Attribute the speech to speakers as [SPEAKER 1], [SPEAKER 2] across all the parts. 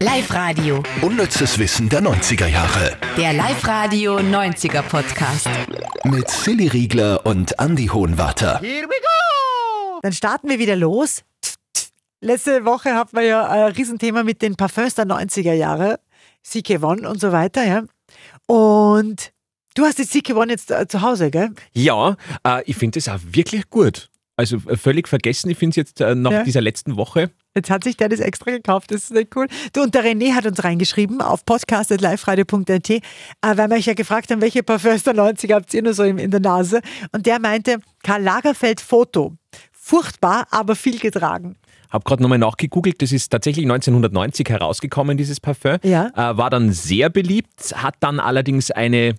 [SPEAKER 1] Live-Radio.
[SPEAKER 2] Unnützes Wissen der 90er Jahre.
[SPEAKER 1] Der Live-Radio 90er Podcast.
[SPEAKER 2] Mit Silly Riegler und Andy Hohenwarter.
[SPEAKER 3] Dann starten wir wieder los. Letzte Woche hatten wir ja ein Riesenthema mit den Parfums der 90er Jahre. CK1 und so weiter, ja. Und du hast die CK1 jetzt äh, zu Hause, gell?
[SPEAKER 4] Ja, äh, ich finde es auch wirklich gut. Also äh, völlig vergessen, ich finde es jetzt äh, nach
[SPEAKER 3] Ja.
[SPEAKER 4] dieser letzten Woche.
[SPEAKER 3] Jetzt hat sich der das extra gekauft, das ist nicht cool. Du und der René hat uns reingeschrieben auf podcast.liferadio.at, äh, weil wir euch ja gefragt haben, welche Parfums der 90er habt ihr nur so in, in der Nase? Und der meinte, Karl Lagerfeld Foto. Furchtbar, aber viel getragen.
[SPEAKER 4] Habe gerade nochmal nachgegoogelt, das ist tatsächlich 1990 herausgekommen, dieses Parfum.
[SPEAKER 3] Ja.
[SPEAKER 4] Äh, war dann sehr beliebt, hat dann allerdings eine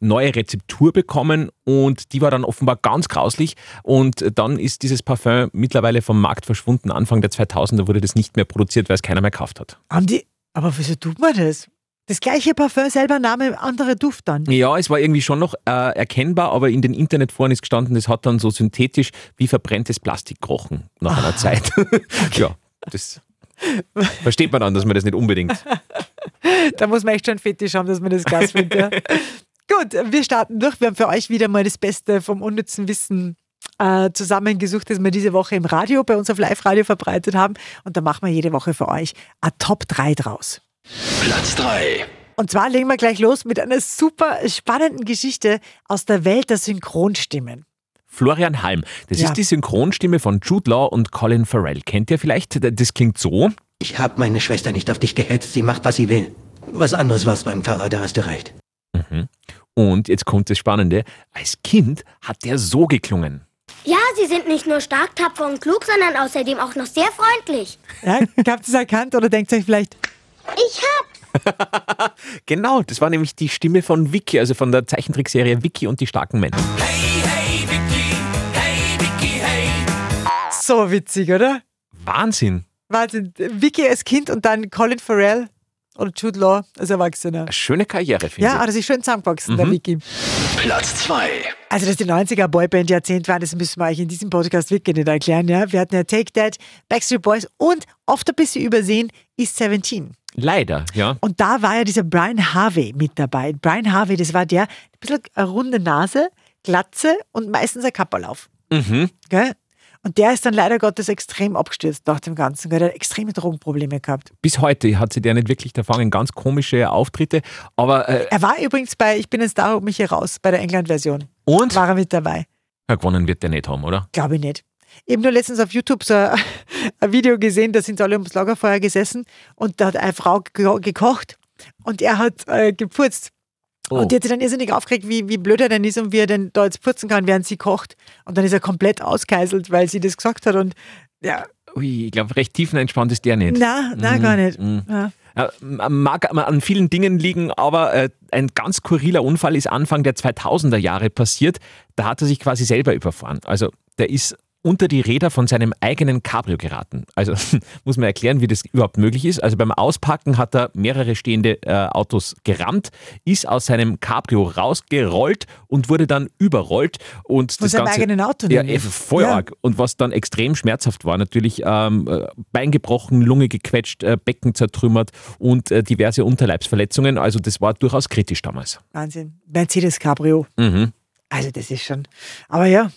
[SPEAKER 4] neue Rezeptur bekommen und die war dann offenbar ganz grauslich und dann ist dieses Parfum mittlerweile vom Markt verschwunden. Anfang der 2000er wurde das nicht mehr produziert, weil es keiner mehr gekauft hat.
[SPEAKER 3] Haben die, aber wieso tut man das? Das gleiche Parfum, selber Name, anderer Duft dann.
[SPEAKER 4] Ja, es war irgendwie schon noch äh, erkennbar, aber in den Internetforen ist gestanden, das hat dann so synthetisch wie verbrenntes Plastik gerochen nach einer Zeit. ja, das versteht man dann, dass man das nicht unbedingt.
[SPEAKER 3] Da muss man echt schon Fetisch haben, dass man das Gas findet. Ja. Gut, wir starten durch. Wir haben für euch wieder mal das Beste vom unnützen Wissen äh, zusammengesucht, das wir diese Woche im Radio bei uns auf Live-Radio verbreitet haben. Und da machen wir jede Woche für euch a Top 3 draus.
[SPEAKER 2] Platz 3.
[SPEAKER 3] Und zwar legen wir gleich los mit einer super spannenden Geschichte aus der Welt der Synchronstimmen.
[SPEAKER 4] Florian Halm, das
[SPEAKER 3] Ja.
[SPEAKER 4] ist die Synchronstimme von Jude Law und Colin Farrell. Kennt ihr vielleicht? Das klingt so.
[SPEAKER 5] Ich habe meine Schwester nicht auf dich gehetzt. Sie macht, was sie will. Was anderes war's beim Pfarrer, da hast du recht.
[SPEAKER 4] Und jetzt kommt das Spannende. Als Kind hat der so geklungen.
[SPEAKER 6] Ja, sie sind nicht nur stark, tapfer und klug, sondern außerdem auch noch sehr freundlich.
[SPEAKER 3] Ja, habt ihr es erkannt oder denkt ihr euch vielleicht,
[SPEAKER 6] Ich hab.
[SPEAKER 4] Genau, das war nämlich die Stimme von Vicky, also von der Zeichentrickserie Vicky und die starken Männer.
[SPEAKER 3] so witzig, oder?
[SPEAKER 4] Wahnsinn.
[SPEAKER 3] Wahnsinn. Vicky als Kind und dann Colin Farrell oder Jude Law als Erwachsener.
[SPEAKER 4] Eine schöne Karriere, finde
[SPEAKER 3] Ja, aber das ist schön zusammengewachsen, der Vicky.
[SPEAKER 2] Platz 2.
[SPEAKER 3] Also, dass die 90er Boyband-Jahrzehnt waren, das müssen wir euch in diesem Podcast wirklich nicht erklären. Ja? Wir hatten ja Take That, Backstreet Boys und oft ein bisschen übersehen ist 17.
[SPEAKER 4] ich. Leider, ja.
[SPEAKER 3] Und da war ja dieser Brian Harvey mit dabei. Brian Harvey, das war der, ein bisschen eine runde Nase, Glatze und meistens ein Kapperlauf.
[SPEAKER 4] Mhm.
[SPEAKER 3] Gell? Und der ist dann leider Gottes extrem abgestürzt nach dem Ganzen. Gell? Der hat extreme Drogenprobleme gehabt.
[SPEAKER 4] Bis heute hat sie der nicht wirklich erfangen. Ganz komische Auftritte. Aber äh,
[SPEAKER 3] Er war übrigens bei Ich bin ein Star, hol mich hier raus, bei der England-Version.
[SPEAKER 4] und
[SPEAKER 3] War er mit dabei.
[SPEAKER 4] ja, gewonnen wird der nicht haben, oder?
[SPEAKER 3] Glaube ich nicht. Eben nur letztens auf YouTube so ein ein Video gesehen, da sind sie alle ums Lagerfeuer gesessen und da hat eine Frau geko- gekocht und er hat äh, geputzt.
[SPEAKER 4] Oh.
[SPEAKER 3] Und die hat sich dann irrsinnig aufgeregt, wie, wie blöd er denn ist und wie er denn da jetzt putzen kann, während sie kocht. Und dann ist er komplett ausgeiselt, weil sie das gesagt hat. Und ja,
[SPEAKER 4] Ui, ich glaube, recht tiefenentspannt ist der nicht.
[SPEAKER 3] na, na, gar nicht.
[SPEAKER 4] mhm.
[SPEAKER 3] Ja.
[SPEAKER 4] Äh, Mag an vielen Dingen liegen, aber äh, ein ganz skurriler Unfall ist Anfang der 2000er Jahre passiert. Da hat er sich quasi selber überfahren. Also der ist unter die Räder von seinem eigenen Cabrio geraten. Also muss man erklären, wie das überhaupt möglich ist. Also beim Auspacken hat er mehrere stehende äh, Autos gerammt, ist aus seinem Cabrio rausgerollt und wurde dann überrollt. Und
[SPEAKER 3] Von
[SPEAKER 4] das
[SPEAKER 3] seinem
[SPEAKER 4] Ganze,
[SPEAKER 3] eigenen Auto,
[SPEAKER 4] Ja,
[SPEAKER 3] nämlich.
[SPEAKER 4] eh, voll
[SPEAKER 3] Ja.
[SPEAKER 4] arg. Und was dann extrem schmerzhaft war, natürlich ähm, äh, Bein gebrochen, Lunge gequetscht, äh, Becken zertrümmert und äh, diverse Unterleibsverletzungen. Also das war durchaus kritisch damals.
[SPEAKER 3] Wahnsinn. Mercedes Cabrio.
[SPEAKER 4] Mhm.
[SPEAKER 3] Also das ist schon. Aber ja,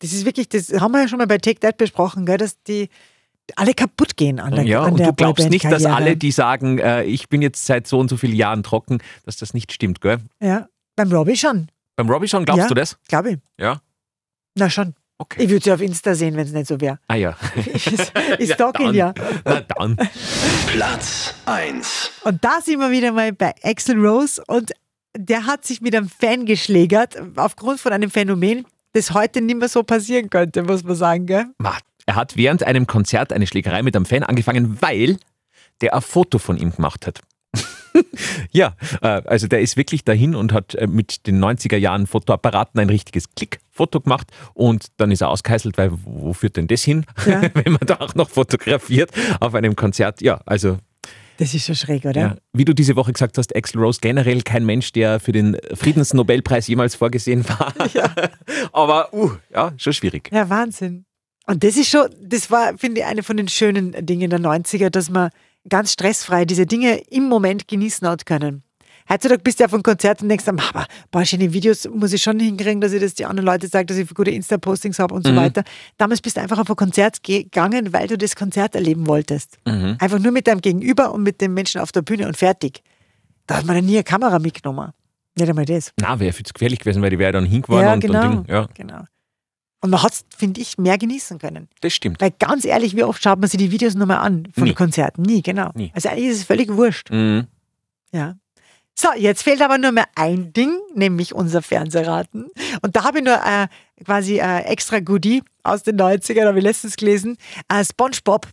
[SPEAKER 3] das ist wirklich, das haben wir ja schon mal bei Take That besprochen, gell, dass die alle kaputt gehen an der
[SPEAKER 4] Ja,
[SPEAKER 3] an
[SPEAKER 4] und
[SPEAKER 3] der
[SPEAKER 4] du glaubst nicht, dass
[SPEAKER 3] Boyband-Karriere.
[SPEAKER 4] alle, die sagen, äh, ich bin jetzt seit so und so vielen Jahren trocken, dass das nicht stimmt, gell?
[SPEAKER 3] Ja, beim Robbie schon,
[SPEAKER 4] Beim Robbie schon, glaubst
[SPEAKER 3] Ja.
[SPEAKER 4] du das?
[SPEAKER 3] glaube ich.
[SPEAKER 4] Ja.
[SPEAKER 3] Na schon.
[SPEAKER 4] Okay.
[SPEAKER 3] Ich würde sie auf Insta sehen, wenn es nicht so wäre.
[SPEAKER 4] Ah ja.
[SPEAKER 3] Ich stalk ihn ja.
[SPEAKER 4] dann. Na dann.
[SPEAKER 2] Platz 1.
[SPEAKER 3] Und da sind wir wieder mal bei Axel Rose und der hat sich mit einem Fan geschlägert, aufgrund von einem Phänomen, das heute nicht mehr so passieren könnte, muss man sagen, gell?
[SPEAKER 4] Ma, Er hat während einem Konzert eine Schlägerei mit einem Fan angefangen, weil der ein Foto von ihm gemacht hat. ja, äh, also der ist wirklich dahin und hat äh, mit den 90er Jahren Fotoapparaten ein richtiges Klickfoto gemacht und dann ist er ausgeheißelt, weil wo wo führt denn das hin,
[SPEAKER 3] Ja.
[SPEAKER 4] wenn man da auch noch fotografiert auf einem Konzert? Ja, also
[SPEAKER 3] Das ist schon schräg, oder?
[SPEAKER 4] ja. wie du diese Woche gesagt hast, Axel Rose generell kein Mensch, der für den Friedensnobelpreis jemals vorgesehen war. Aber uh, ja, schon schwierig.
[SPEAKER 3] Ja, Wahnsinn. Und das ist schon, das war, finde ich, eine von den schönen Dingen der 90er, dass man ganz stressfrei diese Dinge im Moment genießen hat können. Heutzutage bist du ja von Konzerten und denkst, dann, aber bei schöne Videos muss ich schon hinkriegen, dass ich das die anderen Leute sage, dass ich gute Insta-Postings habe
[SPEAKER 4] Mhm.
[SPEAKER 3] und so weiter. Damals bist du einfach auf ein Konzert ge- gegangen, weil du das Konzert erleben wolltest.
[SPEAKER 4] Mhm.
[SPEAKER 3] Einfach nur mit deinem Gegenüber und mit den Menschen auf der Bühne und fertig. Da hat man ja nie eine Kamera mitgenommen. Nicht einmal das.
[SPEAKER 4] Na, wäre viel zu gefährlich gewesen, weil die wäre dann hingefahren
[SPEAKER 3] ja,
[SPEAKER 4] und,
[SPEAKER 3] genau,
[SPEAKER 4] und Ding. Ja,
[SPEAKER 3] genau. Und man hat es, finde ich, mehr genießen können.
[SPEAKER 4] das stimmt.
[SPEAKER 3] Weil ganz ehrlich, wie oft schaut man sich die Videos nochmal an von
[SPEAKER 4] Nie.
[SPEAKER 3] Konzerten? Nie, genau.
[SPEAKER 4] Nie.
[SPEAKER 3] Also eigentlich ist es völlig wurscht.
[SPEAKER 4] Mhm.
[SPEAKER 3] Ja. So, jetzt fehlt aber nur mehr ein Ding, nämlich unser Fernsehraten. Und da habe ich nur äh, quasi äh, extra Goodie aus den 90ern, habe ich letztens gelesen. Äh, SpongeBob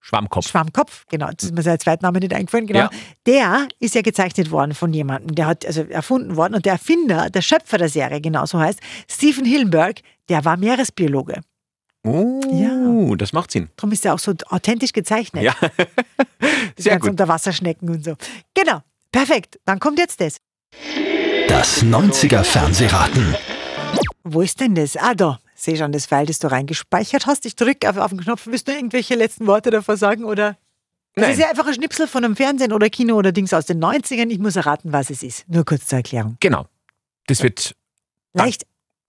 [SPEAKER 4] Schwammkopf.
[SPEAKER 3] Schwammkopf, genau, das ist mir sein zweiter Name nicht eingefallen, genau.
[SPEAKER 4] Ja.
[SPEAKER 3] Der ist ja gezeichnet worden von jemandem, der hat also erfunden worden und der Erfinder, der Schöpfer der Serie, genau so heißt, Stephen Hillenburg, der war Meeresbiologe.
[SPEAKER 4] Oh,
[SPEAKER 3] Ja.
[SPEAKER 4] das macht Sinn.
[SPEAKER 3] Darum ist er auch so authentisch gezeichnet.
[SPEAKER 4] Ja.
[SPEAKER 3] Die
[SPEAKER 4] Sehr
[SPEAKER 3] ganzen
[SPEAKER 4] gut.
[SPEAKER 3] Unterwasserschnecken und so. Genau. Perfekt. Dann kommt jetzt das.
[SPEAKER 2] Das 90er Fernsehraten.
[SPEAKER 3] Wo ist denn das? Ah, da. Sehe schon das File, das du reingespeichert hast. Ich drücke auf, auf den Knopf. Willst du irgendwelche letzten Worte davor sagen? Oder? Es
[SPEAKER 4] Nein.
[SPEAKER 3] ist ja einfach ein Schnipsel von einem Fernsehen oder Kino oder Dings aus den 90ern. Ich muss erraten, was es ist. Nur kurz zur Erklärung.
[SPEAKER 4] Genau. Das wird
[SPEAKER 3] Leicht.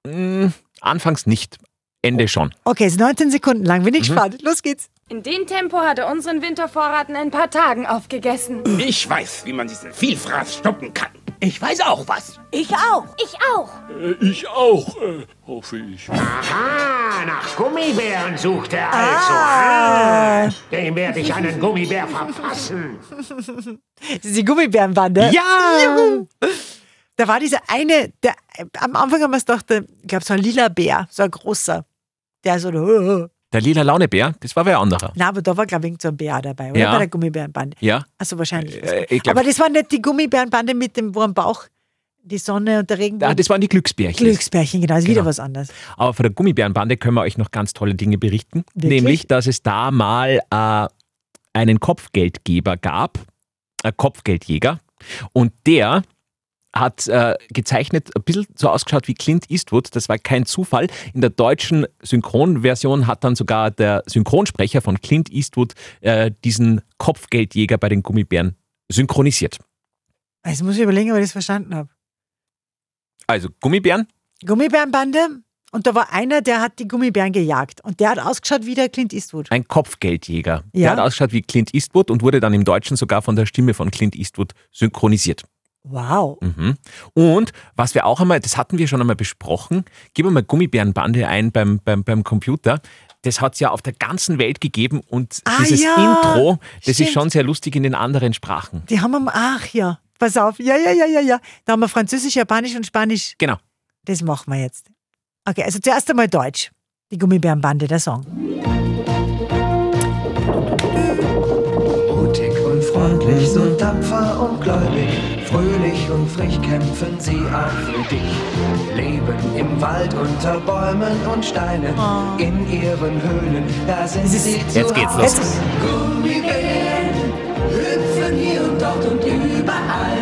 [SPEAKER 4] mh, anfangs nicht, Ende schon.
[SPEAKER 3] Okay, es ist 19 Sekunden lang. Bin
[SPEAKER 4] Mhm.
[SPEAKER 3] ich gespannt. Los geht's.
[SPEAKER 7] In dem Tempo hat er unseren Wintervorrat in ein paar Tagen aufgegessen.
[SPEAKER 8] Ich weiß, wie man diesen Vielfraß stoppen kann.
[SPEAKER 9] Ich weiß auch was.
[SPEAKER 6] Ich auch.
[SPEAKER 10] Ich auch, äh, hoffe ich.
[SPEAKER 8] Aha, Ah, nach Gummibären sucht er also. Ah. Dem werde ich einen Gummibär verpassen.
[SPEAKER 3] Das ist die Gummibärenbande.
[SPEAKER 4] Ja!
[SPEAKER 3] Juhu. Da war dieser eine, der, am Anfang haben wir es gedacht, ich glaube, so ein lila Bär, so ein großer. Der so,
[SPEAKER 4] Der lila Launebär, das war wer anderer.
[SPEAKER 3] Na, aber da war, glaube ich, irgend so ein Bär dabei, oder?
[SPEAKER 4] Ja.
[SPEAKER 3] Bei der Gummibärenbande.
[SPEAKER 4] Ja.
[SPEAKER 3] Also wahrscheinlich.
[SPEAKER 4] Äh, ich glaub-
[SPEAKER 3] aber das war nicht die Gummibärenbande mit dem, wo am Bauch die Sonne und der Regenbogen.
[SPEAKER 4] Ah, das waren die Glücksbärchen.
[SPEAKER 3] Glücksbärchen, genau, ist wieder
[SPEAKER 4] Genau.
[SPEAKER 3] was anderes.
[SPEAKER 4] Aber von der Gummibärenbande können wir euch noch ganz tolle Dinge berichten.
[SPEAKER 3] Wirklich?
[SPEAKER 4] Nämlich, dass es da mal äh, einen Kopfgeldgeber gab, einen Kopfgeldjäger. Und der hat äh, gezeichnet, ein bisschen so ausgeschaut wie Clint Eastwood. Das war kein Zufall. In der deutschen Synchronversion hat dann sogar der Synchronsprecher von Clint Eastwood äh, diesen Kopfgeldjäger bei den Gummibären synchronisiert.
[SPEAKER 3] Jetzt muss ich überlegen, ob ich das verstanden habe.
[SPEAKER 4] Also Gummibären,
[SPEAKER 3] Gummibärenbande und da war einer, der hat die Gummibären gejagt und der hat ausgeschaut wie der Clint Eastwood.
[SPEAKER 4] ein Kopfgeldjäger.
[SPEAKER 3] Ja.
[SPEAKER 4] Der hat ausgeschaut wie Clint Eastwood und wurde dann im Deutschen sogar von der Stimme von Clint Eastwood synchronisiert.
[SPEAKER 3] Wow.
[SPEAKER 4] Mhm. Und was wir auch einmal, das hatten wir schon einmal besprochen, gib einmal Gummibärenbande ein beim, beim, beim Computer. Das hat es ja auf der ganzen Welt gegeben und
[SPEAKER 3] Ah,
[SPEAKER 4] dieses
[SPEAKER 3] ja.
[SPEAKER 4] Intro, das
[SPEAKER 3] Stimmt.
[SPEAKER 4] ist schon sehr lustig in den anderen Sprachen.
[SPEAKER 3] Die haben am, ach ja, pass auf, ja, ja, ja, ja, ja. Da haben wir Französisch, Japanisch und Spanisch.
[SPEAKER 4] Genau.
[SPEAKER 3] Das machen wir jetzt. Okay, also zuerst einmal Deutsch. Die Gummibärenbande, der Song.
[SPEAKER 9] Mutig und freundlich, so tapfer und gläubig, fröhlich und frech kämpfen sie auch für dich. Leben im Wald unter Bäumen und Steinen, in ihren Höhlen, da sind
[SPEAKER 3] ist-
[SPEAKER 9] sie zu
[SPEAKER 4] Jetzt geht's
[SPEAKER 9] Hause.
[SPEAKER 4] los.
[SPEAKER 3] Jetzt-
[SPEAKER 9] Gummibären hüpfen hier und dort und überall.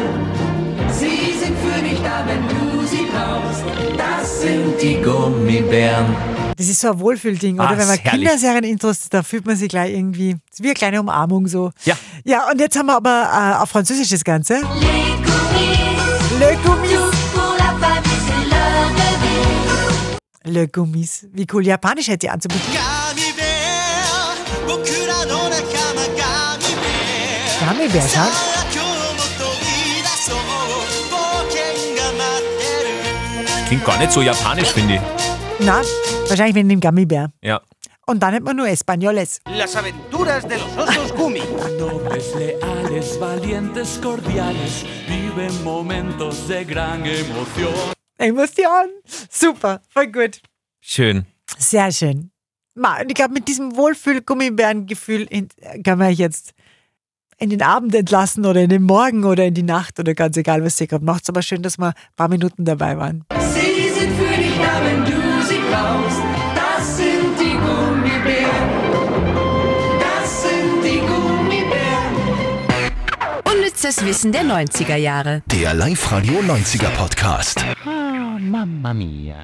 [SPEAKER 9] Sie sind für dich da, wenn du sie brauchst. Das sind die Gummibären.
[SPEAKER 3] Das ist so ein Wohlfühlding,
[SPEAKER 4] Ah,
[SPEAKER 3] oder? Wenn man
[SPEAKER 4] ist herrlich.
[SPEAKER 3] Kinderserien intros, da fühlt man sich gleich irgendwie. Das ist wie eine kleine Umarmung so.
[SPEAKER 4] Ja.
[SPEAKER 3] Ja, und jetzt haben wir aber äh, auf Französisch das Ganze.
[SPEAKER 11] Les gummis,
[SPEAKER 3] Le Gummis.
[SPEAKER 11] tout pour la famille, c'est l'heure de vivre.
[SPEAKER 3] Le Gummis. Wie cool. Japanisch hätte ich anzubieten. Gummibär, schau.
[SPEAKER 4] Klingt gar nicht so japanisch, finde ich.
[SPEAKER 3] Na, wahrscheinlich wegen dem Gummibär.
[SPEAKER 4] Ja.
[SPEAKER 3] Und dann hätten wir nur Espanoles.
[SPEAKER 8] Las aventuras de los osos Gummi.
[SPEAKER 9] Nobles, leales, valientes, cordiales, viven momentos de gran emoción.
[SPEAKER 3] Emotion. Super, voll gut.
[SPEAKER 4] Schön.
[SPEAKER 3] Sehr schön. Ma, und Ich glaube, mit diesem Wohlfühl-Gummibärengefühl in- äh, kann man euch jetzt in den Abend entlassen oder in den Morgen oder in die Nacht oder ganz egal, was ihr gerade macht. Aber schön, dass wir ein paar Minuten dabei waren.
[SPEAKER 9] Sie sind für dich da, wenn du sie brauchst. Das sind die Gummibären. Das sind die Gummibären.
[SPEAKER 1] Unnützes Wissen der 90er Jahre.
[SPEAKER 2] Der Live-Radio 90er Podcast.
[SPEAKER 10] Mamma mia.